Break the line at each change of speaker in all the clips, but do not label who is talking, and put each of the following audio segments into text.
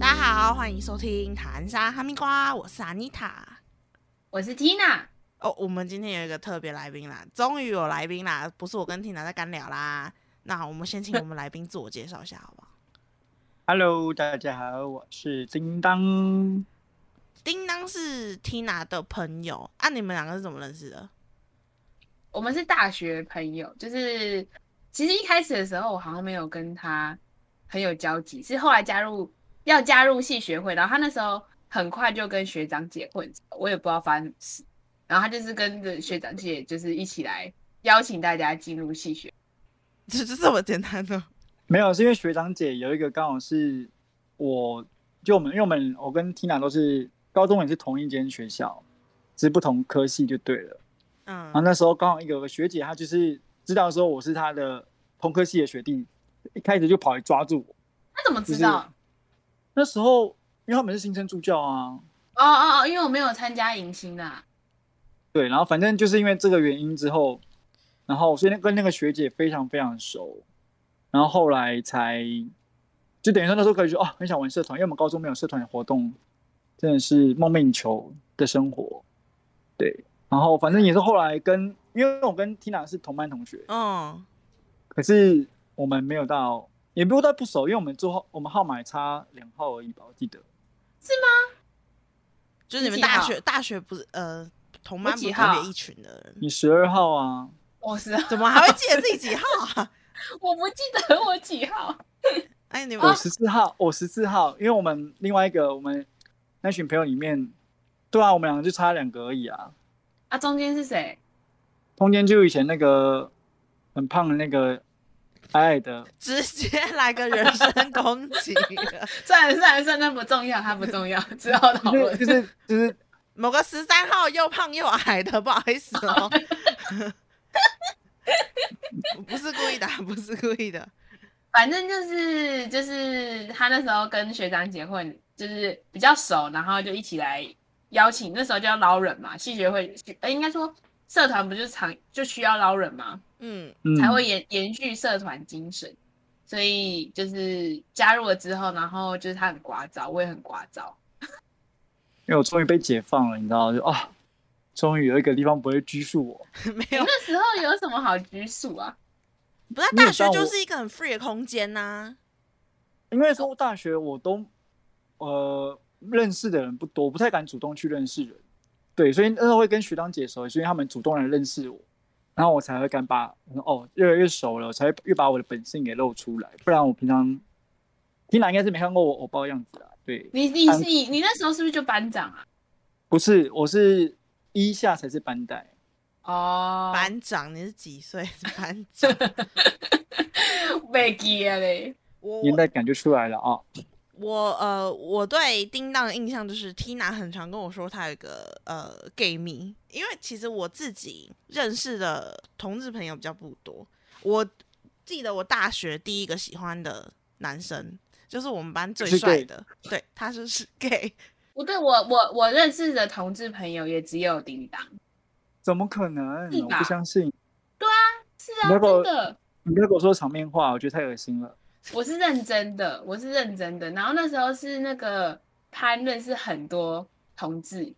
家好，欢迎收听《谈沙哈密瓜》，我是阿妮塔。
我是 Tina，
哦，我们今天有一个特别来宾啦，终于有来宾啦，不是我跟缇娜在干聊啦。那我们先请我们来宾自我介绍一下，好不好？
Hello，大家好，我是叮当。
叮当是 Tina 的朋友啊，你们两个是怎么认识的？
我们是大学朋友，就是其实一开始的时候，我好像没有跟他很有交集，是后来加入要加入系学会，然后他那时候很快就跟学长姐混，我也不知道发生什么事，然后他就是跟着学长姐就是一起来邀请大家进入系学，
就就这么简单哦的。
没有，是因为学长姐有一个刚好是我，就我们，因为我们我跟 Tina 都是高中也是同一间学校，只是不同科系就对了。然后
嗯，
那时候刚好有个学姐，她就是知道说我是她的同科系的学弟，一开始就跑来抓住我。
他怎么知道？
那时候因为他们是新生助教啊，
哦哦哦，因为我没有参加迎新啊啦，
对，然后反正就是因为这个原因之后，然后所以那跟那个学姐非常非常熟，然后后来才就等于说那时候可以说哦，很想玩社团，因为我们高中没有社团活动，真的是梦寐以求的生活。对，然后反正也是后来跟，因为我跟 Tina 是同班同学，
嗯，
可是我们没有到，也不到不熟，因为我们做号我们号码也差两号而已吧，我记得。
就是你们
你几
大
号
学大学不是呃同班
我
不
几
是特
号
别一群的人，
你十二号啊，
我是
怎么还会记得自己几号啊？
我不记得我几号，
哎，你们
啊
我十四号，我十四号，因为我们另外一个我们那群朋友里面，对啊，我们两个就差两个而已啊。
啊中间是谁？
中间就以前那个很胖的那个矮矮的，
直接来个人身攻击啊了，
算了算了算了，那不重要，他不重要，之后讨
就是
论。
就是就是
某个十三号又胖又矮的，不好意思哦，不是故意的， 不是故意的，
反正就是就是他那时候跟学长结婚，就是比较熟，然后就一起来邀请，那时候叫捞人嘛，系学会，呃，应该说社团不就常就需要捞人嘛，
嗯，
嗯，
才会延延续社团精神。所以就是加入了之后，然后就是他很聒噪，我也很聒噪。
嗯因为我终于被解放了，你知道，就啊，终于有一个地方不会拘束我。
没有，
那时候有什么好拘束啊？
不是
没有
大学
但
就
我
是一个很 free 的空间啊呐、
因为说大学我都呃认识的人不多，我不太敢主动去认识人，对，所以那时候会跟学长姐熟，所以他们主动来认识我，然后我才会敢把哦越来越熟了，我才会越把我的本性给露出来，不然我平常听来应该是没看过我偶包的样子啊，对，
你你是你你那时候是不是就班长啊？
不是，我是一下才是班带，
哦，
班长，你是几岁？是班长，
被记了嘞。
我
年
我
代感就出来了啊，
我呃，我对叮当的印象就是 Tina 很常跟我说她有一个呃 gay 蜜，因为其实我自己认识的同志朋友比较不多。我记得我大学第一个喜欢的男生就是我们班最
是
帅
gay
的，对，他就是 gay。
不对，我我我认识的同志朋友也只有叮当。
怎么可能？
是
我
吧
不相信，
是啊，
如
真
果
的，
你不要跟我说场面话，我觉得太恶心了。
我是认真的，我是认真的。然后那时候是那个潘认识很多同志，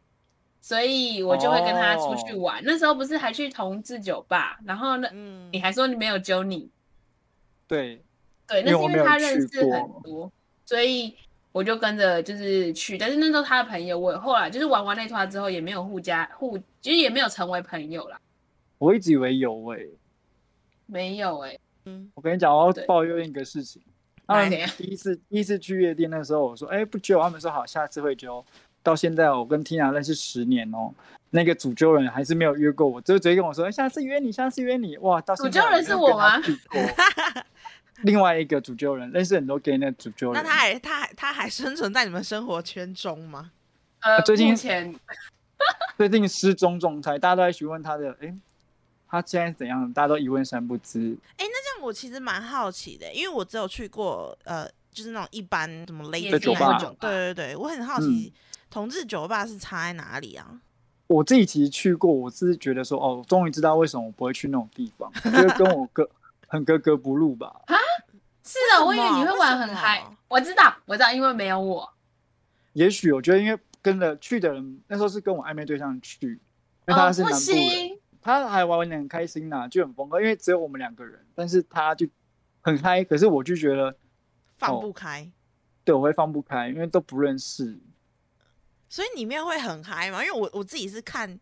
所以我就会跟他出
哦
去玩。那时候不是还去同志酒吧，然后呢，
嗯
你，还说你没有揪你，
对，
对，那是
因为
因
我
为
没有
他认
去
识
过
很多，所以我就跟着就是去，但是那时候他的朋友，我后来就是玩完那团之后也没有互加互，就是也没有成为朋友啦，
我一直以为有欸喂、
没有哎、
嗯
我跟你讲，我
对
要抱怨一个事情。他
哪
们
一点
第一次第一次去夜店的时候，我说：“哎、不揪。”他们说：“好，下次会揪。”到现在，我跟 Tina 认识十年哦，那个主揪人还是没有约过我，就直接跟我说：“哎、下次约你，下次约你。”哇，到现在
主揪人是我吗
没有跟他去过另外一个主揪人认识很多 gay 那个主揪
那
人，
他还他还他还生存在你们生活圈中吗？
呃，
啊最近
目前
最近失踪状态，大家都在询问他的，哎、他现在怎样？大家都一问三不知。
哎、那这样我其实蛮好奇的，因为我只有去过呃，就是那种一般什么雷
夜
那
酒吧
种，对对对，我
嗯
很好奇、同志酒吧是差在哪里啊？
我自己其实去过，我是觉得说，哦，终于知道为什么我不会去那种地方，我觉得跟我哥很格格不入吧。
是的，啊
为
我
什
以
么
为你会
为
玩
什
很
么
嗨。我知道，我知道，因为没有我，
也许我觉得，因为跟了去的人那时候是跟我暧昧对象去，因为他
哦，
是
不
南部人，
行，
他还玩的很开心呐、就很疯狂，因为只有我们两个人，但是他就很嗨，可是我就觉得
放
哦
不开。
对我会放不开，因为都不认识，
所以里面会很嗨嘛，因为我我自己是看，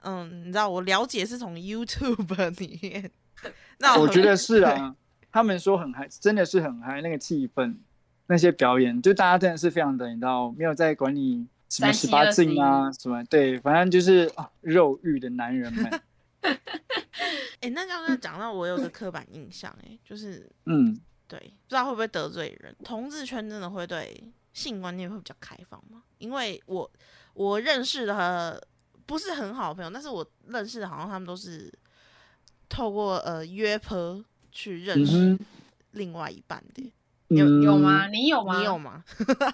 嗯，你知道我了解是从 YouTube 里面，那
我觉得是 啊，他们说很嗨，真的是很嗨，那个气氛，那些表演，就大家真的是非常的，你知道，没有在管你什么十
37
八禁啊，什么对，反正就是、啊、肉欲的男人们，
哎、那刚刚讲到我有个刻板印象、欸，哎，就是
嗯，
对，不知道会不会得罪人，同志圈真的会对性观念会比较开放吗？因为我我认识的不是很好的朋友，但是我认识的好像他们都是透过呃约炮去认
嗯
识
哼，
另外一半的、
嗯
有吗？？你有吗？
你有吗？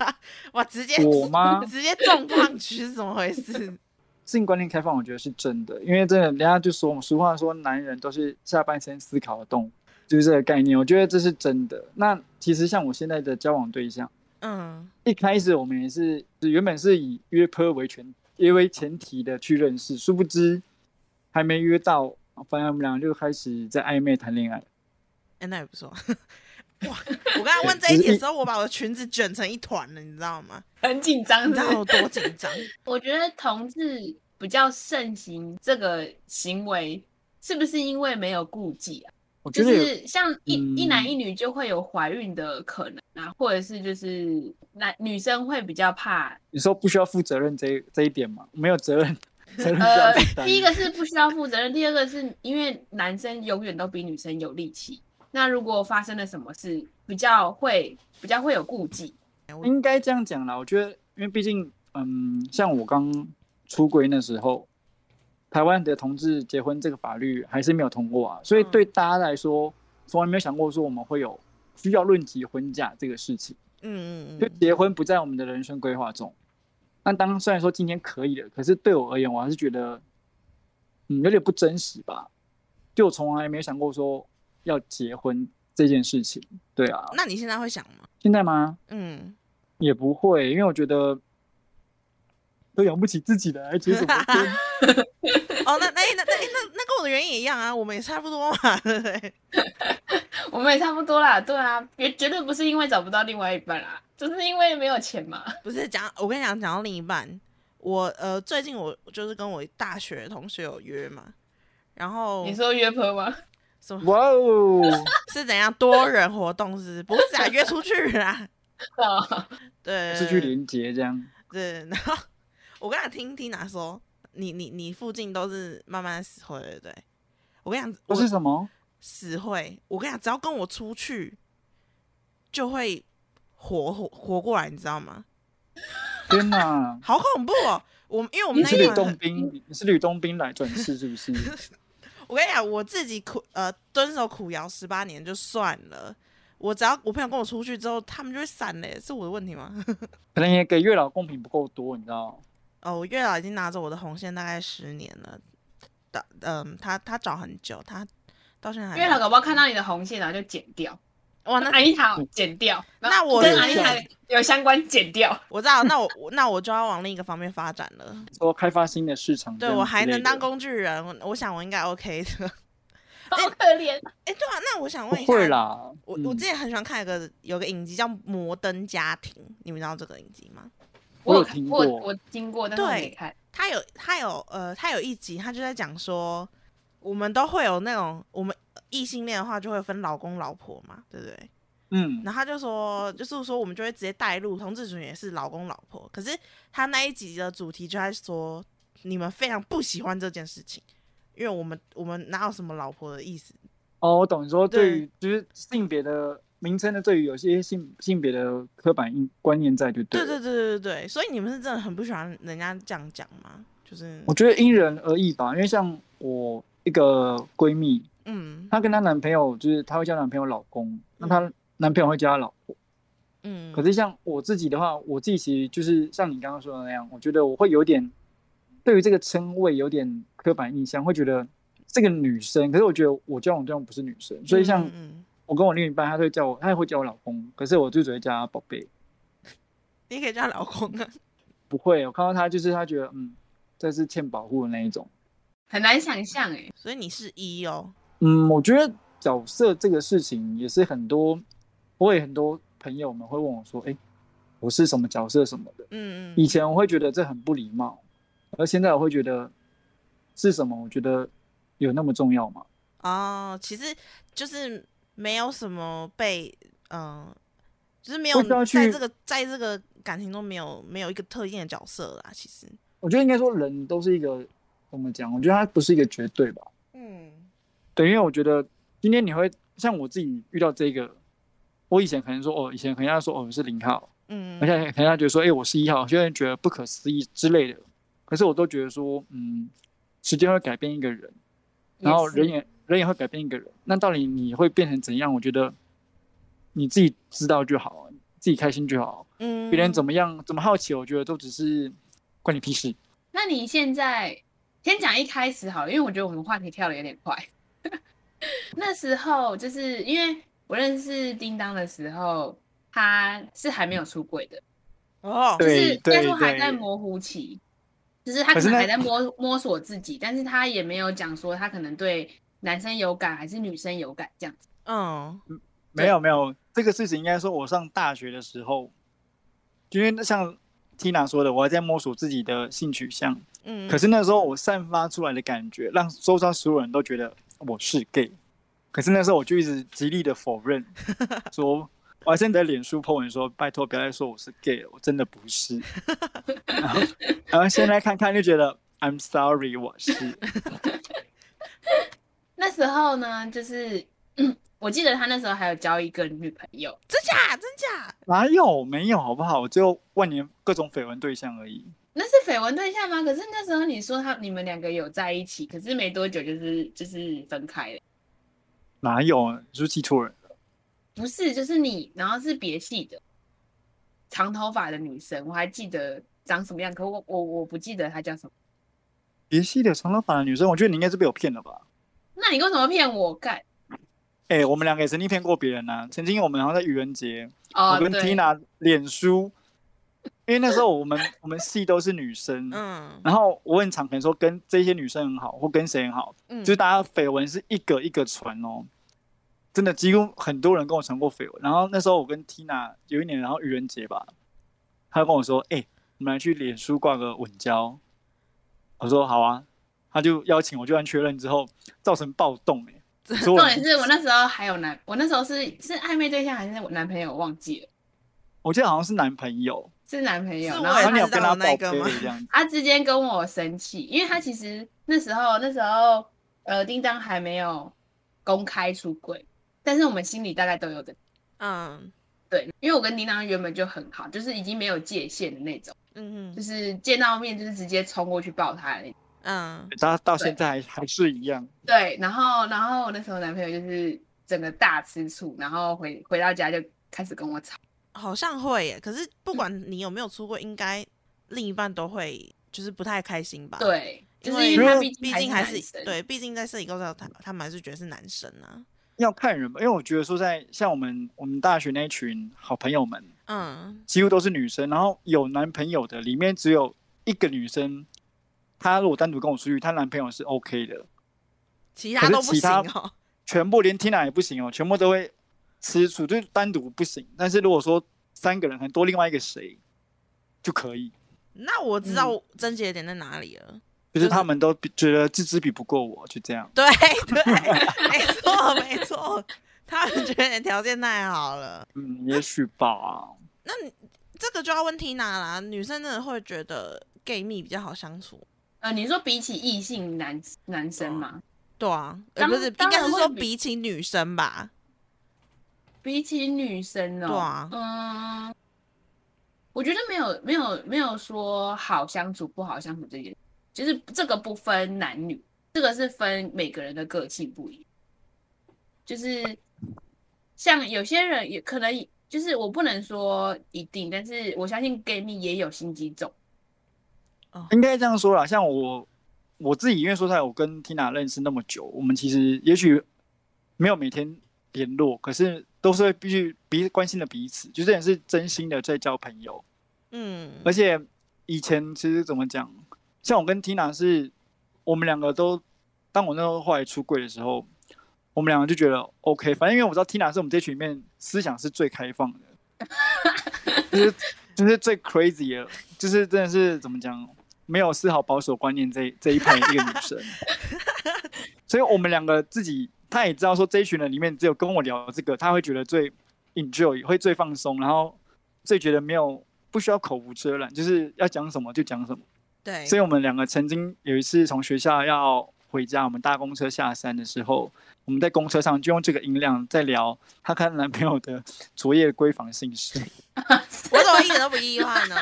哇，直接
我 吗
直接重胖局是怎么回事？
性观念开放，我觉得是真的，因为真的，人家就说嘛，俗话说，男人都是下半身思考的动物，就是这个概念，我觉得这是真的。那其实像我现在的交往对象。
嗯
一开始我们也是原本是以约炮为前约为前提的去认识，殊不知还没约到，反正我们俩就开始在暧昧谈恋爱。
哎、那也不错。 哇！我刚才问这一题的时候，我把我的裙子卷成一团了，你知道吗？
很紧张
你知
是不是
道我多紧张？
我觉得同志比较盛行这个行为，是不是因为没有顾忌啊？
我觉
就
得有
是像一、一男
嗯
一女就会有怀孕的可能啊，或者是就是男女生会比较 怕，
你说不需要负责任这一这一点嘛，没有 责任，责任需要
呃
承，担。
第一个是不需要负责任，第二个是因为男生永远都比女生有力气，那如果发生了什么事，比较会比较会有顾忌，
应该这样讲啦，我觉得，因为毕竟，嗯，像我刚出柜那时候，台湾的同志结婚这个法律还是没有通过啊，所以
嗯
对大家来说，从来没有想过说我们会有需要论及婚嫁这个事情。
嗯嗯
就
嗯，
结婚不在我们的人生规划中。那当虽然说今天可以了，可是对我而言，我还是觉得，嗯，有点不真实吧。就我从来没有想过说要结婚这件事情。对啊，
那你现在会想吗？
现在吗？
嗯，
也不会，因为我觉得都养不起自己的，还结什 么婚？
哦，那那那那那那跟我的原因也一样啊，我们也差不多嘛，对不对？
我们也差不多啦，对啊，绝绝对不是因为找不到另外一半啦，就是因为没有钱嘛。
不是讲，我跟你讲，讲到另一半，我呃最近我就是跟我大学同学有约嘛，然后
你说约炮吗？
什么
哇 哦，
是怎样多人活动是不是？不是啊，约出去啦，对，
失去连结这样。
对，然后我刚才听 Tina 说，你你你附近都是慢慢死灰，对不对？我跟你讲，
不哦是
我
什么？
死灰，我跟你讲，只要跟我出去，就会活活活过来，你知道吗？
天哪！
好恐怖哦！我因为我们
你
那
是
一
吕
团
洞
很，
宾，你是吕洞宾来转世是不是？
我跟你讲，我自己苦呃蹲守苦窑十八年就算了，我只要我朋友跟我出去之后，他们就会散嘞，是我的问题吗？
可能也给月老贡品不够多，你知道。
哦，我月老已经拿着我的红线大概十年了，到嗯，他他找很久，他到现在还
月老
没
搞不好看到你的红线，然后就剪掉。
哇，啊那
安妮塔剪掉，然
那
后
我
跟
是
安妮塔有相关剪掉。
我知道，那我我那我就要往另一个方面发展了。
说开发新的市场这
对
样之类的。
我还能当工具人，我我想我应该 OK 的。
好可怜，
哎、对啊，那我想
不
问一
会
下，
啦，
我
嗯
我之前很喜欢看一个有个影集叫《摩登家庭》，你们知道这个影集吗？
我有
看
听
我
过
我经过，但是我没看。
他有他有呃，他有一集他就在讲说，我们都会有那种我们异性恋的话就会分老公老婆嘛，对不对？
嗯，
然后他就说，就是说我们就会直接带入同志群也是老公老婆，可是他那一集的主题就在说你们非常不喜欢这件事情，因为我们我们哪有什么老婆的意思？
哦，我懂。你说对于就是性别的名称的，对于有些性性别的刻板印观念在，就
对
对了。
对对对对，所以你们是真的很不喜欢人家这样讲吗？就是
我觉得因人而异吧，因为像我一个闺蜜，
嗯
她跟她男朋友就是她会叫男朋友老公，那她男朋友会叫她老婆。
嗯，
可是像我自己的话，我自己其实就是像你刚刚说的那样，我觉得我会有点对于这个称谓有点刻板印象，会觉得这个女生。可是我觉得我交往对象不是女生，所以像
嗯嗯
我跟我另一半，他都会叫我，他也会叫我老公，可是我就只会叫他宝贝。
你可以叫她老公啊。
不会，我看到他就是他觉得嗯，这是欠保护的那一种。
很难想象哎，
所以你是一哦，
嗯，我觉得角色这个事情也是很多，我也很多朋友们会问我说，哎，我是什么角色什么的。
嗯
以
嗯，
前我会觉得这很不礼貌，而现在我会觉得是什么？我觉得有那么重要吗？
哦，其实就是没有什么被，嗯、就是没
不需要
有
去
在这个在这个感情中没有没有一个特定的角色啦，其实，
我觉得应该说人都是一个怎么讲？我觉得它不是一个绝对吧。
嗯
对，因为我觉得今天你会像我自己遇到这个，我以前可能说哦，以前可能要说哦我是零号，
嗯
而，且可能他觉得说，哎、我是一号，有些人觉得不可思议之类的。可是我都觉得说，嗯，时间会改变一个人，然后人
也是
也人也会改变一个人。那到底你会变成怎样？我觉得你自己知道就好，啊自己开心就好。啊
嗯，
别人怎么样，怎么好奇，我觉得都只是关你屁事。
那你现在先讲一开始好了，因为我觉得我们话题跳的有点快。 那时候就是因为我认识叮当的时候，他是还没有出柜的，
哦，
就
对
是应该说还
对
在模糊期，就是他
可
可
是
能
那
还在摸摸索自己，但是他也没有讲说他可能对男生有感还是女生有感这样子。
嗯
没有没有，这个事情应该说，我上大学的时候，因为像 Tina 说的，我还在摸索自己的性取向。
嗯，
可是那时候我散发出来的感觉，让周遭所有人都觉得我是 gay。可是那时候我就一直极力的否认，说我还甚至在脸书 po 文说：“拜托，不要再说我是 gay 了，我真的不是。然后”然后现在看看就觉得 I'm sorry，我是。
那时候呢，就是我记得他那时候还有交一个女朋友，
真假真假，
哪有没有好不好？我只有万年各种绯闻对象而已。
那是绯闻对象吗？可是那时候你说他你们两个有在一起，可是没多久就是就是分开了，
哪有？你是不是记错人了。
不是就是你，然后是别系的长头发的女生，我还记得长什么样，可我我我不记得她叫什么。
别系的长头发的女生，我觉得你应该是被我骗了吧？
那你为什么骗我干？
哎、我们两个也曾经骗过别人呐、曾经我们好像在愚人节，
哦，
我
啊
跟
对，
Tina 脸书，因为那时候我们我们系都是女生，
嗯
然后我很常可能说跟这些女生很好，或跟谁很好，
嗯，
就是大家绯闻是一个一个传哦，真的几乎很多人跟我传过绯闻。然后那时候我跟 Tina 有一年，然后愚人节吧，她就跟我说：“哎、我们来去脸书挂个稳交。”我说：“好啊。”她就邀请我，就按确认之后，造成暴动 哎、欸，所有
重
人
点是我那时候还有男，我那时候是是暧昧对象还是我男朋友，我忘记了，
我记得好像是男朋友，
是男朋友
是。
然
我
后
也
他
他
没有
知道
跟他
的那
报
一个
备
吗
这样子。
他之间跟我生气，因为他其实那时候那时候呃，叮当还没有公开出轨，但是我们心里大概都有的
嗯
对，因为我跟叮当原本就很好，就是已经没有界限的那种，
嗯
就
嗯
是见到面就是直接冲过去抱他的那种。
嗯，
他到现在还还是一样。
对，然后然后我那时候男朋友就是整个大吃醋，然后回回到家就开始跟我吵。
好像会耶。可是
嗯
不管你有没有出过，应该另一半都会就是不太开心吧？，
对，就
因
是
为
因为他
毕
毕
竟
竟还
是男
是
生，
对，毕竟在社交上，他他们还是觉得是男生啊。
要看人吧，因为我觉得说在像我们我们大学那一群好朋友们，
嗯
几乎都是女生，然后有男朋友的里面只有一个女生，她如果单独跟我出去，她男朋友是 OK 的，，
其他都不行
可是其
哦。
全部连 Tina 也不行哦，全部都会吃醋，就是单独不行。但是如果说三个人，很多另外一个谁就可以，
那我知
嗯
道症结点在哪里了。
就是他们都比觉得自知比不过我，就这样。
对对，没错没错，他们觉得你条件太好了。
嗯，也许吧。
那你这个就要问 Tina 啦，女生真的会觉得 gay 蜜比较好相处，
呃，你说比起异性男男生嘛，
对啊，呃，
当
不是，应
当然
该是
会
说
比
比起女生吧，
比起女生哦，
对啊
嗯，我觉得没有没有没有说好相处不好相处这件，就是这个不分男女，这个是分每个人的个性不一样，就是像有些人也可能就是我不能说一定，但是我相信 gay 蜜也有心机重，
应该这样说啦，像我我自己，因为说实在，我跟 Tina 认识那么久，我们其实也许没有每天联络，可是都是会必须彼关心的彼此，就是也是真心的在交朋友。
嗯，
而且以前其实怎么讲，像我跟 Tina 是，我们两个都，当我那时候后来出柜的时候，我们两个就觉得 OK，反正因为我知道 Tina 是我们这群里面思想是最开放的，就是就是最 crazy 的，就是真的是怎么讲，没有丝毫保守观念这这一派的一个女生，所以我们两个自己，她也知道说这一群人里面只有跟我聊这个，她会觉得最 enjoy，会最放松，然后最觉得没有不需要口无遮拦，就是要讲什么就讲什么。
对，
所以我们两个曾经有一次从学校要回家，我们搭公车下山的时候，我们在公车上就用这个音量在聊她跟她男朋友的昨夜闺房性事。
我怎么一点都不意外呢？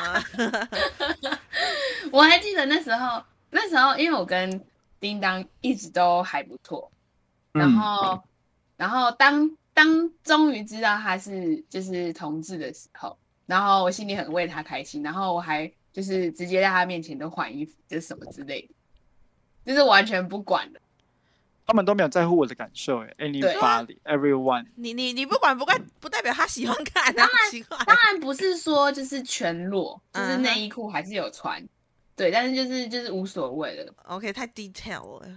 我还记得那时候，那时候因为我跟叮当一直都还不错，
嗯
然后，然后当当终于知道他是就是同志的时候，然后我心里很为他开心，然后我还就是直接在他面前都换衣服，就是什么之类的，就是完全不管的。
他们都没有在乎我的感受、欸、，anybody everyone，
你你你不管不怪，不代表他喜欢看啊，奇怪。
当然不是说就是全裸，就是内衣裤还是有穿，对，但是就是就是无所谓了，
OK，太 detail 了。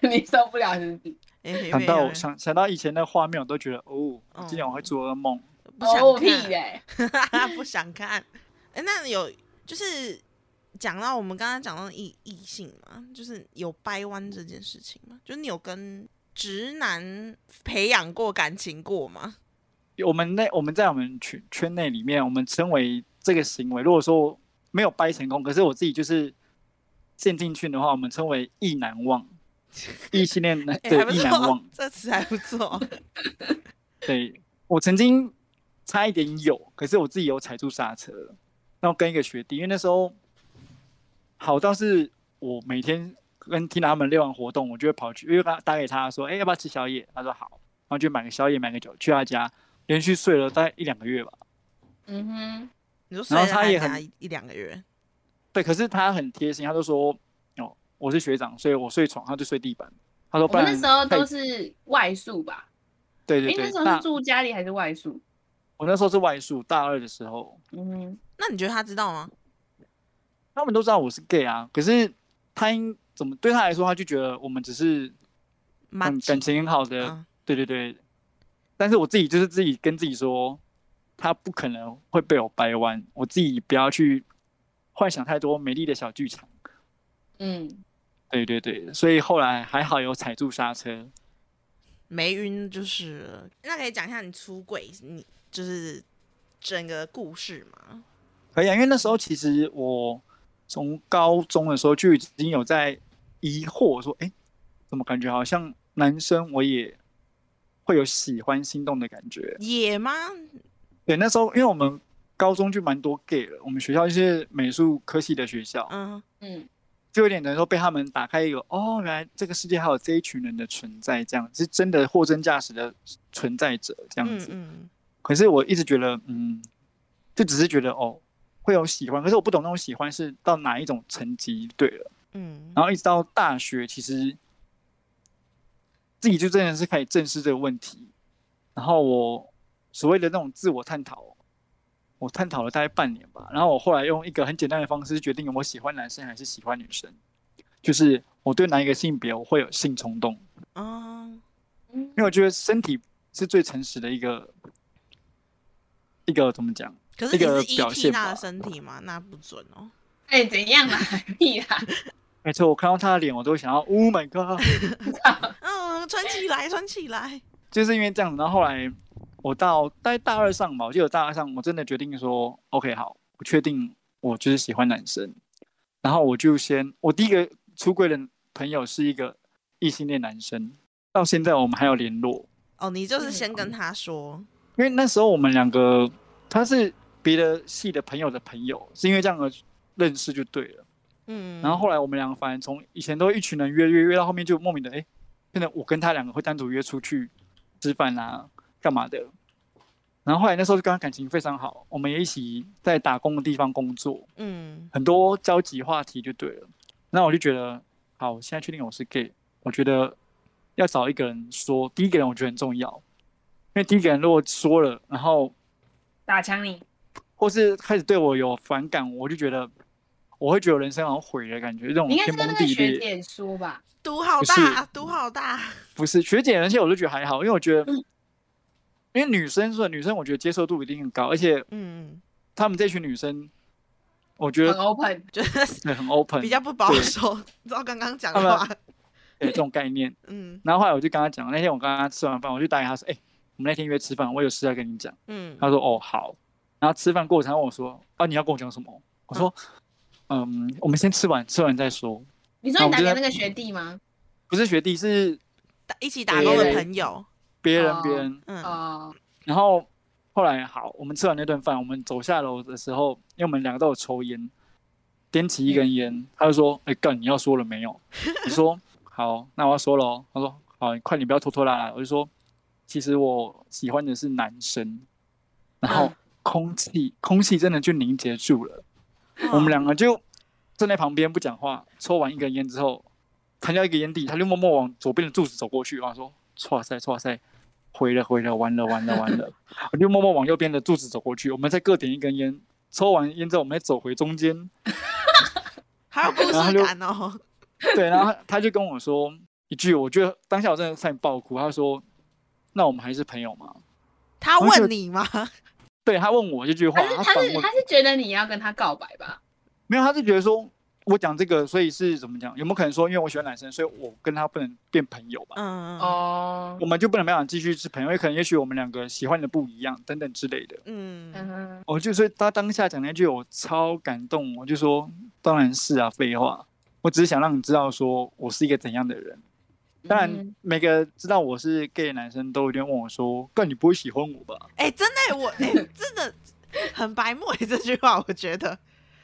你受不了是不是？
欸、
想
没
到
有
我想想到以前的画面，我都觉得哦，今
嗯
天我会做噩梦。
不想看，
哦屁嘞、
不想看。哎、那有就是讲到我们刚刚讲到异异性嘛，就是有掰弯这件事情嘛，就是你有跟直男培养过感情过吗？
我们内我们在我们圈圈内里面，我们称为这个行为，如果说没有掰成功，可是我自己就是陷进去的话，我们称为意难忘， 异性恋男
哎、
对
还不
意难
错
忘，，
这词还不错。
对我曾经差一点有，可是我自己有踩住刹车，然后跟一个学弟，因为那时候好到是我每天跟 Tina 他们练完活动，我就会跑去，因为他打给他说，哎、要不要吃宵夜？他说好，然后就买个宵夜，买个酒去他家，连续睡了大概一两个月吧。
嗯哼，
你说睡
然后
了
他
他
也
家
很
一一两个月，
对，可是他很贴心，他就说，哦，我是学长，所以我睡床，他就睡地板。他说，
我
不
们那
然
时候
太
都是外宿吧？
对
哎、
对对
那时，候
大
是住家里还是外宿？
我那时候是外宿，大二的时候，
嗯哼，
那你觉得他知道吗？
他们都知道我是 gay 啊，可是他应怎么对他来说，他就觉得我们只是
蛮
嗯感情很好的，
嗯
对对对。但是我自己就是自己跟自己说，他不可能会被我掰弯，我自己不要去幻想太多美丽的小剧场。
嗯。
对对对，所以后来还好有踩住刹车。
没晕就是了。那可以讲一下你出轨，你就是整个故事吗？
可以啊，因为那时候其实我从高中的时候就已经有在疑惑说，哎、怎么感觉好像男生我也会有喜欢心动的感觉？
野吗？
对，那时候因为我们高中就蛮多 gay 了，我们学校就是美术科系的学校，
嗯，
嗯，
就有点能够被他们打开一个哦，原来这个世界还有这一群人的存在，这样是真的货真价实的存在者这样
嗯
子。
嗯，
可是我一直觉得，嗯，就只是觉得哦，会有喜欢，可是我不懂那种喜欢是到哪一种层级，对了。
嗯，
然后一直到大学，其实自己就真的是开始正视这个问题。然后我所谓的那种自我探讨，我探讨了大概半年吧。然后我后来用一个很简单的方式决定我喜欢男生还是喜欢女生，就是我对哪一个性别我会有性冲动，
哦，
嗯
因为我觉得身体是最诚实的一个一个怎么讲？
可是你
这个
是依
表
替
现
他的
吧
身体吗？那不准 哦。
哎、怎样啦？ 屁啦！
每次我看到他的脸，我都会想要 Oh my God。
嗯，穿起来，穿起来。
就是因为这样子，然后后来我到大概大二上吧，我记得大二上我真的决定说，OK，好，我确定我就是喜欢男生，然后我就先，我第一个出柜的朋友是一个异性恋男生，到现在我们还有联络，
哦，你就是先跟他说，
因为那时候我们两个他是别的系的朋友的朋友，是因为这样的认识就对了。
嗯，
然后后来我们两个反正从以前都一群人约约约到后面就莫名的哎，诶变得我跟他两个会单独约出去吃饭啊，干嘛的。然后后来那时候就跟他感情非常好，我们也一起在打工的地方工作，
嗯，
很多交集话题就对了。那我就觉得，好，我现在确定我是 gay，我觉得要找一个人说，第一个人我觉得很重要，因为第一个人如果说了，然后
打枪你，
或是开始对我有反感，我就觉得我会觉得人生好像毁了感觉，这种
你应该是
天
跟那
崩
个
地
学
裂。
姐说吧，
赌好
不
大
是，
赌好大，
不是学姐，而且我就觉得还好，因为我觉得
嗯，
因为女生说女生，我觉得接受度一定很高，而且
嗯，
她们这群女生，我觉
很
得
open，
觉得
很 open，
比较不保守， 照刚刚讲的
他们
话，
对这种概念。
嗯
然后后来我就跟他讲，那天我跟他吃完饭，我就打给他说，哎、我们那天约吃饭，我有事要跟你讲。
嗯
他说，哦，好。然后吃饭过程，他问我说，啊，你要跟我讲什么？我说，嗯，我们先吃完，吃完再说。
你说你打给那个学弟吗？
不是学弟，是
打一起打工的
对
朋友，
别人
哦，
别人。
嗯
哦，
然后后来好，我们吃完那顿饭，我们走下楼的时候，因为我们两个都有抽烟，点起一根烟，他就说：“哎、干，你要说了没有？”我说：“好，那我要说了哦。”他说：“好，你快点，不要拖拖拉拉。”我就说：“其实我喜欢的是男生。”然后
嗯
空气，空气真的就凝结住了。我
嗯
们两个就站在旁边不讲话，抽完一根烟之后，看掉一个烟蒂，他就默默往左边的柱子走过去，然后说：“哇塞，哇塞，回了回了，完了完了完了。”我就默默往右边的柱子走过去，我们再各点一根烟，抽完烟之后，我们再走回中间。
好有故
然后就
事感哦，
对，然后他他就跟我说一句，我觉得当下我真的差点爆哭。他说：“那我们还是朋友吗
他
然后就
问你吗？
对他问我这句话，
他是
他
他
反
是
问
他是觉得你要跟他告白吧？
没有，他是觉得说我讲这个，所以是怎么讲？有没有可能说，因为我喜欢男生，所以我跟他不能变朋友吧？
嗯，
哦
我，们就不能勉强继续是朋友，因为可能也许我们两个喜欢的不一样，等等之类的。
嗯，
嗯，
我就所以他当下讲那句，我超感动，我就说当然是啊，废话，我只是想让你知道说我是一个怎样的人。当然
嗯，
每个知道我是 gay 的男生都一定问我说：“哥，你不会喜欢我吧
哎，真的耶，我哎，真的很白目耶欸这句话，我觉得，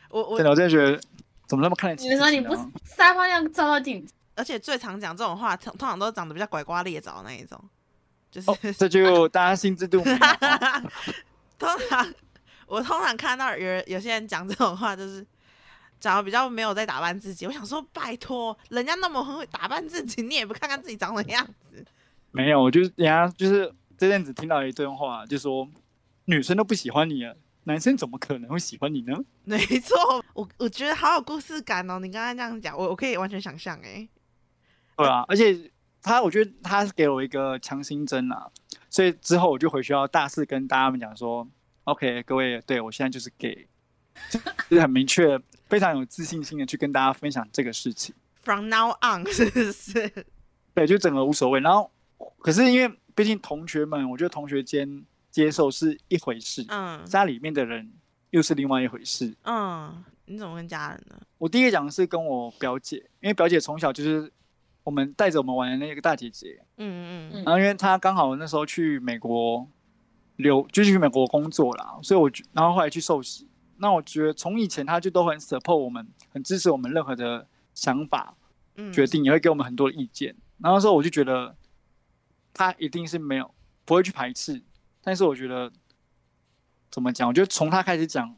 我？”我
真的，我真的觉得怎么那么看得起
你
自
的
己
时
呢？
候你不撒泡尿照到镜子，
而且最常讲这种话，通通常都长得比较拐瓜裂枣那一种，就是、
哦，这就大家心知肚明了啊。
通常我通常看到有人有些人讲这种话，就是长得比较没有在打扮自己。我想说，拜托，人家那么很会打扮自己，你也不看看自己长什么样子？
没有，我就是人家就是这阵子听到一段话，就说女生都不喜欢你了，男生怎么可能会喜欢你呢？
没错，我我觉得好有故事感哦。你刚才这样讲，我我可以完全想象哎、
对啊，而且他，我觉得他给我一个强心针啊，所以之后我就回学校大肆跟大家们讲说，OK，各位，对我现在就是 gay，就是很明确，非常有自信心的去跟大家分享这个事情。
f r o m now on 是不是？
对，就整个无所谓。然后，可是因为毕竟同学们，我觉得同学间接受是一回事，
嗯
家里面的人又是另外一回事。
嗯，你怎么跟家人呢？
我第一个讲的是跟我表姐，因为表姐从小就是我们带着我们玩的那个大姐姐，
嗯嗯
然后因为她刚好那时候去美国留，就是去美国工作啦，所以我觉然后后来去受洗。那我觉得从以前她就都很 support 我们，很支持我们任何的想法、
嗯，
决定，也会给我们很多的意见。然后那时候我就觉得她一定是没有不会去排斥，但是我觉得怎么讲？我觉得从她开始讲，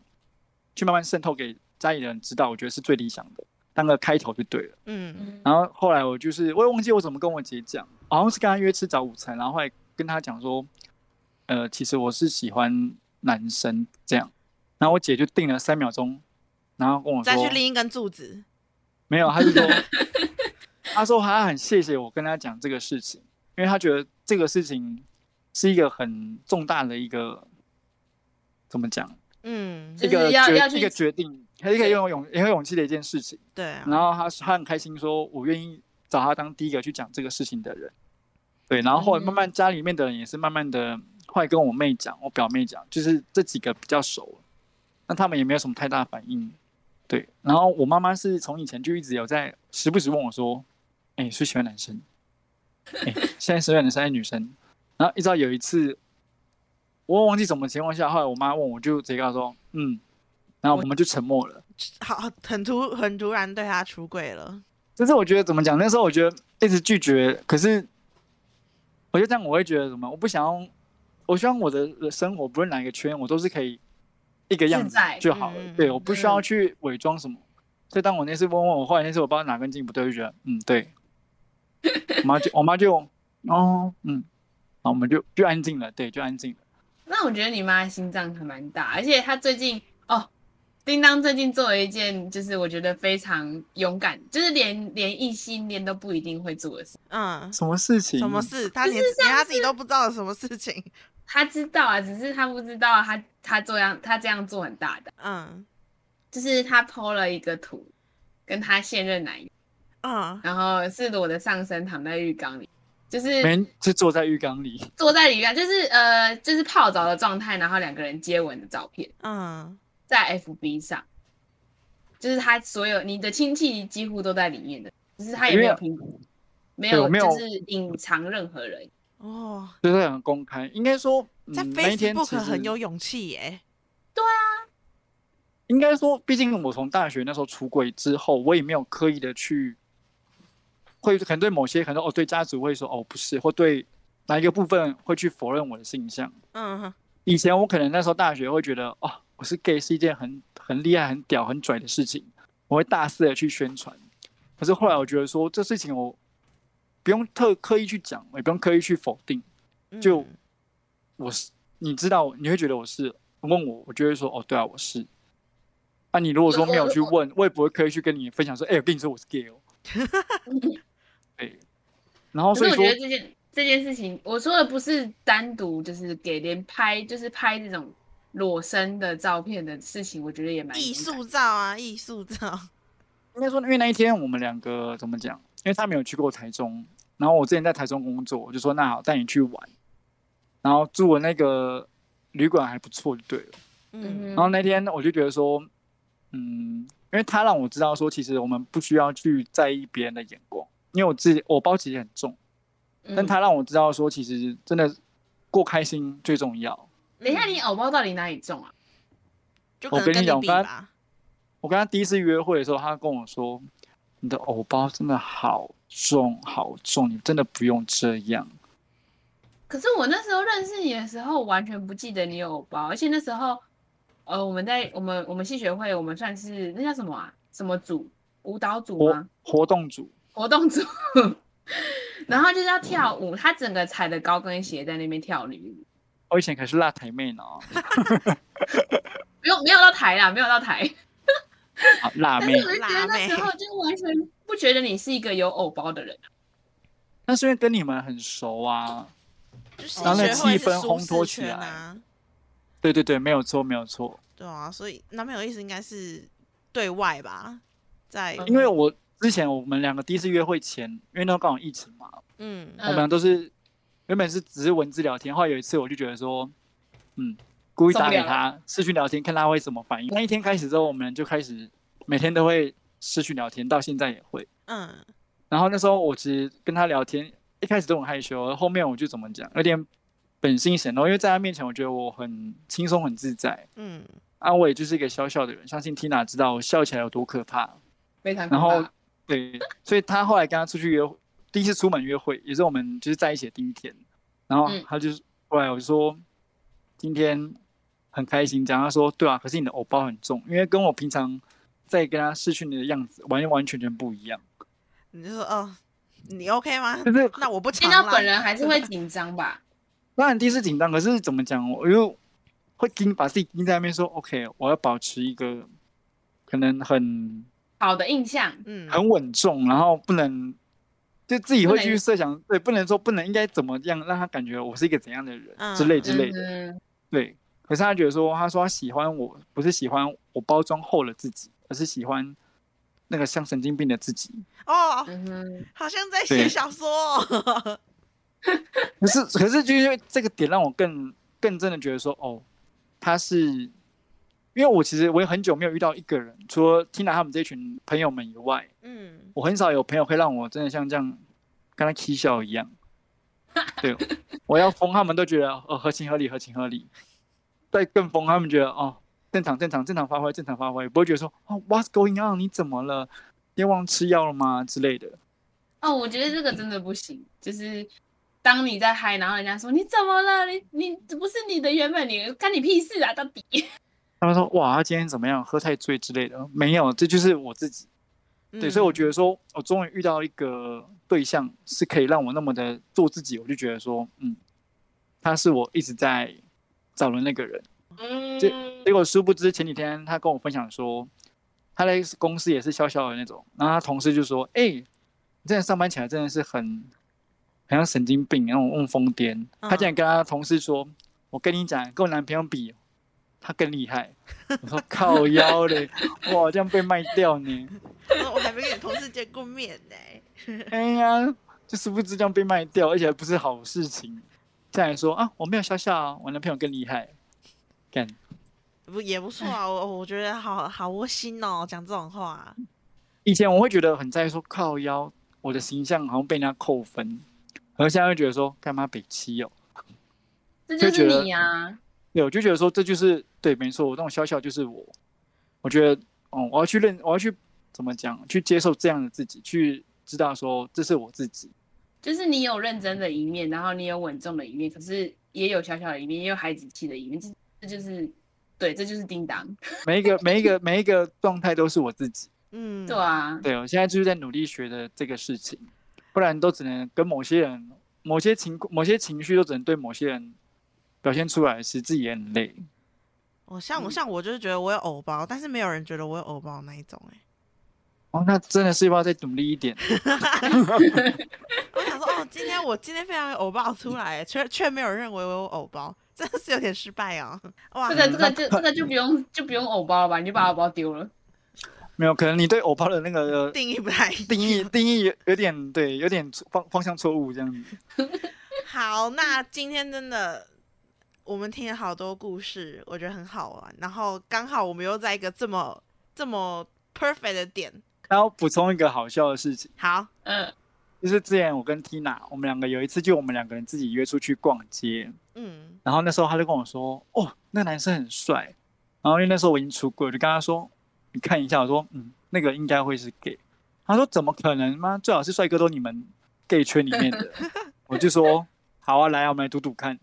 去慢慢渗透给家里人知道，我觉得是最理想的，当个开头就对了。
嗯
然后后来我就是我也忘记我怎么跟我姐讲，好像是跟她约吃早午餐，然后后来跟她讲说，呃，其实我是喜欢男生这样。然后我姐就定了三秒钟，然后跟我
再去
说
拎一根柱子。
没有，她就 说，她说她很谢谢我跟她讲这个事情，因为她觉得这个事情是一个很重大的一个怎么讲，
嗯，
就
一
是
个
要要
决
去
一个决定，还是可以用勇很有勇气的一件事情。
对啊，
然后他他很开心说，我愿意找他当第一个去讲这个事情的人。对，然后后来慢
嗯
慢家里面的人也是慢慢的，后来跟我妹讲，我表妹讲，就是这几个比较熟，那他们也没有什么太大反应。对，然后我妈妈是从以前就一直有在时不时问我说，哎、是喜欢男生？哎、现在喜欢男生还是女生？然后一直到有一次，我忘记什么情况下，后来我妈问我就直接跟她说，嗯，然后我们就沉默了。
好，很突很突然对他出柜了。
就是我觉得怎么讲，那时候我觉得一直拒绝，可是我就这样，我会觉得什么？我不想要，我希望我的生活不论哪一个圈，我都是可以一个样
自
子
在
就好了。
嗯
对，我不需要去伪装什么。所以当我那次问问我，后来那次我不知道哪根筋不对，我就觉得嗯对，我妈就我妈就哦嗯，然后我们就就安静了，对，就安静了。
那我觉得你妈心脏还蛮大，而且她最近哦，叮当最近做了一件就是我觉得非常勇敢，就是连连异性恋都不一定会做的事。
嗯，
什么事情？
什么事？他连连他自己都不知道有什么事情。
她知道啊，只是她不知道她她这样她这样做很大胆，
嗯
就是她 PO 了一个图，跟她现任男友，
嗯，
然后是裸的上身躺在浴缸里，就是
没，是坐在浴缸里，
坐在里面，就是呃就是泡澡的状态，然后两个人接吻的照片。
嗯
在 FB 上，就是他所有你的亲戚几乎都在里面的，只是他也没有评估，没
对
有
我没有
就是隐藏任何人。
哦，
就是很公开。应该说，嗯、
在
那一天其
Facebook
实
很有勇气耶。
应该说，毕竟我从大学那时候出柜之后，我也没有刻意的去，会可能对某些可能哦，对家族会说哦不是，或对哪一个部分会去否认我的性向。
嗯哼
以前我可能那时候大学会觉得哦，我是 gay 是一件很很厉害、很屌、很拽的事情，我会大肆的去宣传。可是后来我觉得说，这事情我不用特刻意去讲，也不用刻意去否定，
嗯，
就我是，你知道，你会觉得我是问我，我就会说哦，对啊，我是。啊，你如果说没有去问，我也不会刻意去跟你分享说，哎、我跟你说我是 gay 哦。对，然后
可是
哦所以
我
说
觉得这件这件事情，我说的不是单独就是给连拍，就是拍这种裸身的照片的事情，我觉得也蛮
艺
勇敢
术照啊，艺术照。
应该说，因为那一天我们两个怎么讲？因为他没有去过台中，然后我之前在台中工作，我就说那好，带你去玩。然后住的那个旅馆还不错，就对了。
嗯
嗯
然后
哼，
那天我就觉得说，嗯，因为他让我知道说，其实我们不需要去在意别人的眼光，因为我自己我包其实很重，
嗯
嗯
但他让我知道说，其实真的过开心最重要。
嗯等一下你偶包到底哪里重啊？
就
我
可能
跟
跟
你讲
比
我刚
吧。
我跟他第一次约会的时候，他跟我说：“你的偶包真的好重，好重，你真的不用这样。
可是我那时候认识你的时候，完全不记得你有偶包，而且那时候，呃，我们在我们我们系学会，我们算是那叫什么啊？什么组？舞蹈组
活
吗？
活动组
活动组。 然后就是要跳舞，他整个踩着高跟鞋在那边跳女舞，
我以前可是辣台妹呢、哦，
没有没有到台啦，没有到台。
啊辣
但
妹
是我。就觉得
辣
那
妹
时候就完全不觉得你是一个有偶包的人。啊
但是因为跟你们很熟啊，
就是
然后那
学会
气
是
氛
舒
烘托
适
起
圈
来
啊，
对对对，没有错，没有错。
对啊，所以男朋友意思应该是对外吧，在
嗯
因为我之前我们两个第一次约会前，因为那时候刚好疫情嘛，
嗯
我们俩都是原本是只是文字聊天，后来有一次我就觉得说，嗯，故意打给
受不了
他视讯聊天，看他会怎么反应。那一天开始之后，我们就开始每天都会视讯聊天，到现在也会。
嗯
然后那时候我其实跟他聊天，一开始都很害羞，后面我就怎么讲，有点本性显露，因为在他面前我觉得我很轻松很自在。
嗯，
啊，我也就是一个小小的人，相信 Tina 知道我笑起来有多可怕。
非常可
然
怕
后对， 所以他后来跟他出去约，第一次出门约会，也是我们就是在一起的第一天。然后
嗯
他就是、后来我就说今天很开心，这样他说对啊，可是你的偶包很重，因为跟我平常在跟他视讯的样子完完全全不一样。
你就说哦，你 OK 吗？
就是
那我不
见
抢
到
啦
本人还是会紧张吧？
当然第一次紧张，可是怎么讲，我又会盯把自己盯在那边说 OK，我要保持一个可能很
好的印象，
嗯，
很稳重，然后不能就自己会
不
去
能
设想，对，不能说不能应该怎么样让他感觉我是一个怎样的人、
嗯
之类之类的，
嗯，
对。可是他觉得说，他说他喜欢我，不是喜欢我包装后的自己，而是喜欢那个像神经病的自己。
哦，
嗯哼，
好像在
对
写小说 哦。
可是可是就是因为这个点让我更更真的觉得说，哦，他是因为我其实我也很久没有遇到一个人，除了 Tina 他们这群朋友们以外，
嗯，
我很少有朋友会让我真的像这样跟他 k 笑一样。对，我要疯，他们都觉得哦合情合理，合情合理。再更疯，他们觉得哦正常正常正常发挥，正常发挥，不会觉得说哦 What's going on？你怎么了？你忘吃药了吗之类的。
哦，我觉得这个真的不行，就是当你在嗨，然后人家说你怎么了？你你这不是你的原本你，干你屁事啊！到底
他们说哇，他今天怎么样？喝太醉之类的。没有，这就是我自己。
嗯
对，所以我觉
得，
得说，我终于遇到一个对象是可以让我那么的做自己，我就觉得说，嗯，他是我一直在找了那个人。
嗯，
这结果殊不知前几天他跟我分享说，他的公司也是小小的那种，然后他同事就说：“哎、你真的上班起来真的是很，很像神经病那种那种疯癫。”
嗯
他竟然跟他同事说：“我跟你讲，跟我男朋友比，他更厉害。”我说：“靠腰嘞，哇，这样被卖掉呢？
我说我还没跟你同事见过面呢、
哎呀，就殊不知这样被卖掉，而且还不是好事情。”再来说啊，我没有笑笑啊，我男朋友更厉害。干，
不也不错啊，我我觉得好好窝心哦，讲这种话，
以前我会觉得很在意说靠腰，我的形象好像被人家扣分，而现在会觉得说干嘛北七哦？
这
就
就
觉得
是你啊，
对，我就觉得说这就是对，没错，我这种笑笑就是我。我觉得，嗯，我要去认，我要去怎么讲，去接受这样的自己，去知道说这是我自己。
就是你有认真的一面，然后你有稳重的一面，可是也有小小的一面，也有孩子气的一面，这这就是对，这就是叮当，
每一个每一个每一个状态都是我自己。
嗯，
对啊，
对，我现在就是在努力学的这个事情，不然都只能跟某些人、某些情、某些情绪都只能对某些人表现出来，使自己也很累。
我像我
嗯
像我就是觉得我有偶包，但是没有人觉得我有偶包那一种哎、
哦，那真的是要再努力一 点。
我想说哦，今天我今天非常有偶包出来、却却没有人认为我有偶包，真的是有点失败哦。哇，
这个这个就这个就不用就不用偶包了吧，你就把偶包丢了。
没有，可能你对偶包的那个呃
定义不太一样
定义定义有有点对，有点错方方向错误这样子。
好，那今天真的我们听了好多故事，我觉得很好玩。然后刚好我们又在一个这么这么 perfect 的点，
然后补充一个好笑的事情，
好，
嗯，
就是之前我跟 Tina，我们两个有一次就我们两个人自己约出去逛街，
嗯，
然后那时候他就跟我说：“哦，那个男生很帅。”然后因为那时候我已经出柜，我就跟他说：“你看一下。”我说：“嗯，那个应该会是 gay。”他说：“怎么可能吗？最好是帅哥都你们 gay 圈里面的。”我就说：“好啊，来啊，我们来赌赌看。”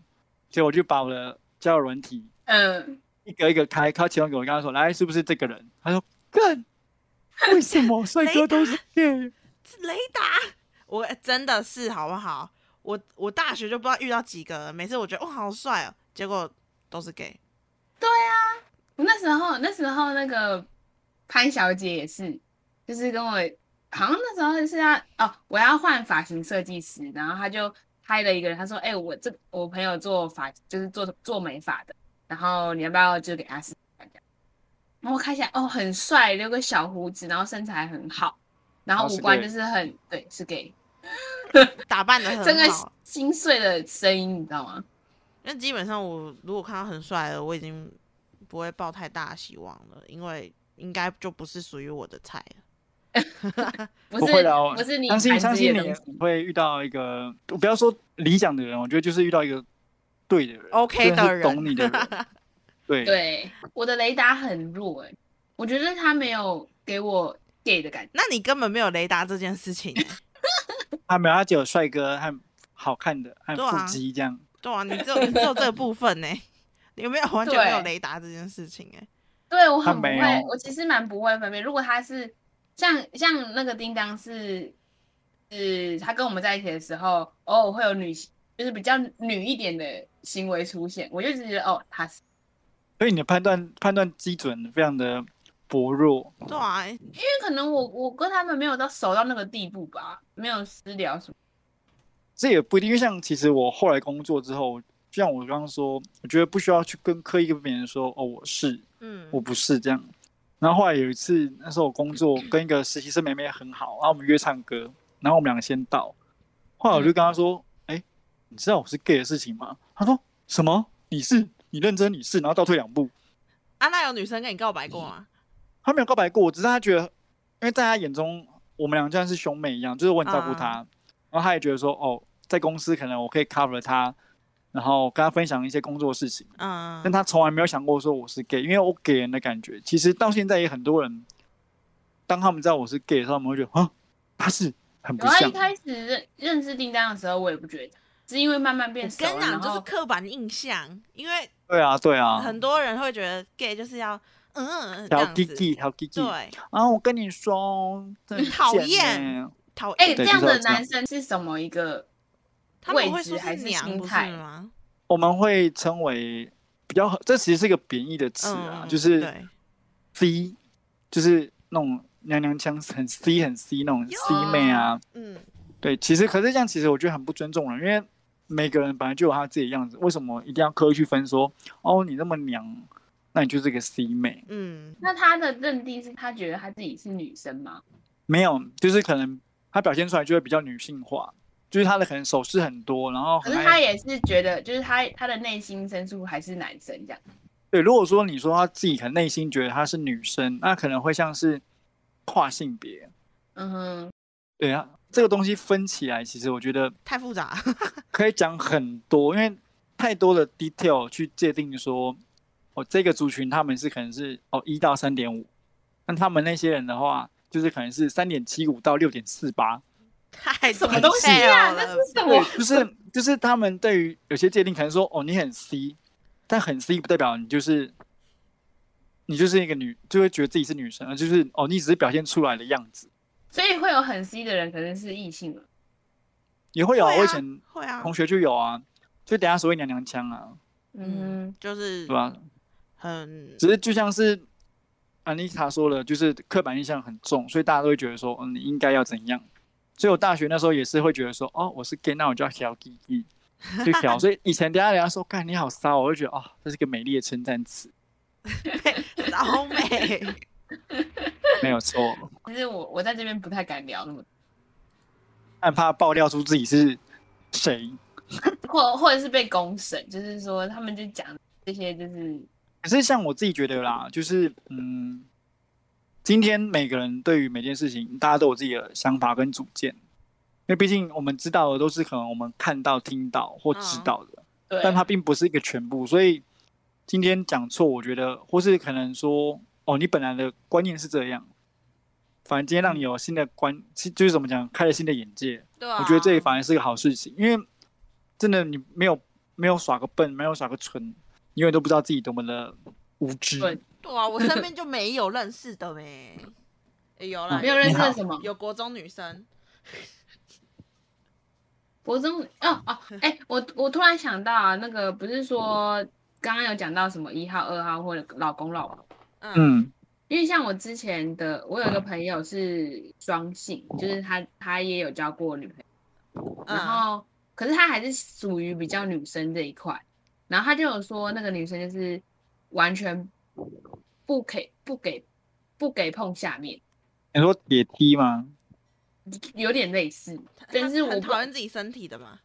结果我就把我的交友软体
嗯，
一个一个开，开到其中一个我跟他说：“来，是不是这个人？”他说：“干，为什么帅哥都是 gay？”
是雷达，我真的是好不好？我我大学就不知道遇到几个了，每次我觉得哇好帅哦，结果都是 gay。
我那时候那时候那个潘小姐也是，就是跟我好像那时候是她哦，我要换发型设计师，然后她就拍了一个人，她说：“哎、我这我朋友做发就是做做美发的，然后你要不要就给他试试看这样？”然后我看起来哦很帅，留个小胡子，然后身材很好，然后
然
五
后哦是
官
gay
就是很对，是 gay，
打扮的
整个
很好，
心碎的声音，你知道吗？
因为基本上我如果看到很帅的，我已经不会抱太大希望了，因为应该就不是属于我的菜了。
不是
不会的哦，
不是你
相信
盘
相
子里
信
的
你
东西
会遇到一个，不要说理想的人，我觉得就是遇到一个对的人
OK
真
的
是
人，
懂你的人。 对，
对，我的雷达很弱哎、我觉得他没有给我 gay 的感觉。
那你根本没有雷达这件事情欸、
他没有，他只有帅哥和好看的和
对啊
腹肌这样。
对啊，你只有你只有这个部分呢、欸你有没有完全没有
对
雷达这件事情、欸？
对我
他
很不
没
会
有，
我其实蛮不会分辨。如果他是像像那个叮当是，是他跟我们在一起的时候，偶尔会有女就是比较女一点的行为出现，我就只觉得哦，他是
所以你的判断判断基准非常的薄弱。
哎，对啊，
因为可能我我跟他们没有到熟到那个地步吧，没有私聊什么。
这也不一定，因为像其实我后来工作之后，就像我刚刚说，我觉得不需要去跟刻意跟别人说哦我是
嗯
我不是这样。然后后来有一次，那时候我工作跟一个实习生妹妹很好，然后我们约唱歌，然后我们两个先到，后来我就跟她说：“哎、你知道我是 gay 的事情吗？”她说：“什么？你是？你认真你是？”然后倒退两步，
啊，那有女生跟你告白过吗？
她没有告白过，我只是她觉得，因为在她眼中，我们俩就像是兄妹一样，就是我很照顾她，然后她也觉得说：“哦，在公司可能我可以 cover 她，然后跟她分享一些工作事情。”
嗯，
但他从来没有想过说我是 gay，因为我给人的感觉，其实到现在也很多人，当他们知道我是 gay 的时候，他们会觉得啊，他是很不
然后
像
一。开始认认识叮当的时候，我也不觉得，是因为慢慢
我
变熟
跟你
了，
讲，
然
就是
后
刻板印象，因为
对啊，对啊，
很多人会觉得 gay 就是要嗯这
小
样
gay
子，
gay，小 gay gay。
对，
啊，我跟你说，真的很
讨
贱
厌
欸。
讨
哎、
厌、
对
这样
就是要
的
这样
男生是什么一个
他
位
们会
置
说
还是
娘
心
不是
态
吗？
我们会称为比较，这其实是一个贬义的词啊，
嗯，
就是
对
C，就是那种娘娘腔，很 C 很 C 那种 C 妹啊。
嗯
对，其实可是这样，其实我觉得很不尊重人，因为每个人本来就有他自己的样子，为什么一定要刻意去分说？哦，你那么娘，那你就是个 C 妹。
嗯
那他的认定是他觉得他自己是女生吗？
没有，就是可能她表现出来就会比较女性化，就是她的可能手势很多，然后
可
很
是
爱
他也是觉得，就是他他的内心深处还是男生这样。
对，如果说你说她自己可能内心觉得她是女生，那可能会像是跨性别。
嗯哼，
对啊，这个东西分起来，其实我觉得
太复杂，
可以讲很多，因为太多的 detail 去界定说，哦，这个族群他们是可能是哦一到三点五，那他们那些人的话，就是可能是三点七五到六点四八。
太
什么
多
东西啊？
detail 了
这是什
对
么？，
就是就是他们对于有些界定，可能说哦你很 C，但很 C 不代表你就是你就是一个女，就会觉得自己是女生，而就是哦你只是表现出来的样子，
所以会有很 C 的人，可能是异性了。嗯
也会有、
会啊
我以前
会啊，
同学就有啊，就等下所谓娘娘腔啊，
嗯
就是
对啊吧、
很
只是就像是安妮塔说了，就是刻板印象很重，所以大家都会觉得说，嗯，你应该要怎样。所以我大学那时候也是会觉得说，哦，我是 gay，那我就要调 gay gay，就调。所以以前等下人家说，干你好骚哦，我就觉得哦，这是个美丽的称赞词，
骚美，
没有错，
哼，其实我我在这边不太敢聊那么，
但怕爆料出自己是谁。
或或者是被公审，就是说他们就讲这些，就是
可是像我自己觉得啦，就是嗯，今天每个人对于每件事情，大家都有自己的想法跟主见，因为毕竟我们知道的都是可能我们看到、听到或知
嗯
道的。
对，
但它并不是一个全部，所以今天讲错，我觉得或是可能说，哦，你本来的观念是这样，反而今天让你有新的观，其就是怎么讲，开了新的眼界，
对啊，
我觉得这也反而是个好事情，因为真的你没有没有耍个笨，没有耍个蠢，你永远都不知道自己多么的无知。
对
对啊，我身边就没有认识的没，诶有
嗯
啦，
没有认
有
识的什么
有国中女生，
国中哦哦，哎、我我突然想到啊，那个不是说刚刚有讲到什么一号、二号或者老公老婆，
嗯
嗯，
因为像我之前的，我有一个朋友是双性，就是他他也有交过女朋友，然
嗯
后可是他还是属于比较女生这一块，然后他就有说那个女生就是完全不给不给不给碰下面，
你说铁梯吗？
有点类似，
她
但是
她
我
很
不
讨厌自己身体的嘛，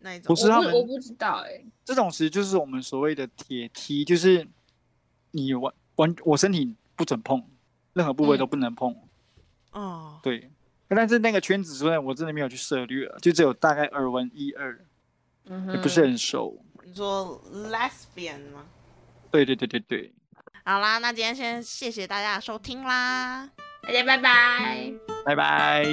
那一种
不是啊
我
他
不
们
我不知道哎、
这种其实就是我们所谓的铁梯，就是你完完我身体不准碰，任何部位都不能碰。
哦，
对，但是那个圈子之内，我真的没有去涉略，就只有大概耳闻一二，
嗯
也
哼，
不是很熟。
你说 lesbian 吗？
对对对对对，
好啦，那今天先谢谢大家的收听啦。
大家拜拜。
拜拜。